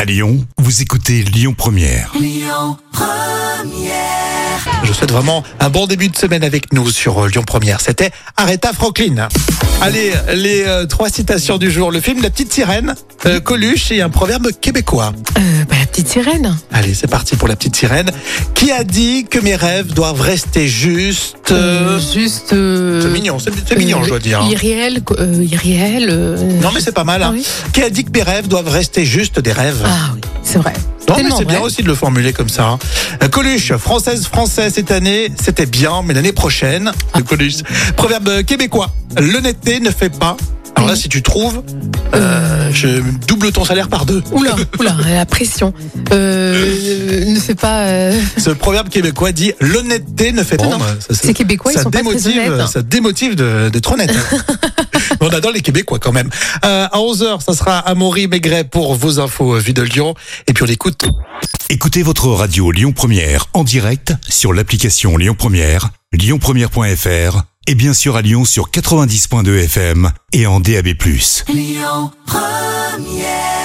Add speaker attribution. Speaker 1: À Lyon, vous écoutez Lyon Première.
Speaker 2: Je vous souhaite vraiment un bon début de semaine avec nous sur euh, Lyon Première. C'était Aretha Franklin. Allez, les euh, trois citations du jour. Le film La Petite Sirène, euh, Coluche et un proverbe québécois.
Speaker 3: Euh, bah, la petite sirène.
Speaker 2: Allez, c'est parti pour La Petite Sirène. Qui a dit que mes rêves doivent rester justes
Speaker 3: Euh, juste. euh,
Speaker 2: C'est mignon, c'est c'est mignon,
Speaker 3: euh,
Speaker 2: je dois dire. hein.
Speaker 3: Irréel, quoi, euh, irréel. euh,
Speaker 2: Non, mais c'est pas mal. hein.
Speaker 3: ah oui.
Speaker 2: Qui a dit que mes rêves doivent rester juste des rêves
Speaker 3: Ah oui, c'est vrai.
Speaker 2: Non, mais
Speaker 3: Tellement
Speaker 2: c'est bien
Speaker 3: vrai.
Speaker 2: aussi de le formuler comme ça. hein. Euh, Coluche, française, français cette année, c'était bien, mais l'année prochaine, le Coluche. Proverbe québécois, l'honnêteté ne fait pas. Alors là, si tu trouves, euh, je double ton salaire par deux.
Speaker 3: Oula, oula, la pression. Euh, ne fais pas. euh,
Speaker 2: Ce proverbe québécois dit l'honnêteté ne fait pas.
Speaker 3: non,
Speaker 2: Ça, ça-
Speaker 3: c'est québécois, ils
Speaker 2: ça
Speaker 3: sont pas très
Speaker 2: démotive,
Speaker 3: honnêtes.
Speaker 2: Ça démotive de- d'être honnête. On adore les Québécois quand même. Euh, à 11h, ça sera Amaury Maigret pour vos infos euh, Vie de Lyon. Et puis on écoute
Speaker 1: Écoutez votre radio Lyon Première en direct sur l'application Lyon Première, lyonpremière.fr et bien sûr à Lyon sur 90.2 FM et en DAB+.
Speaker 4: Lyon Première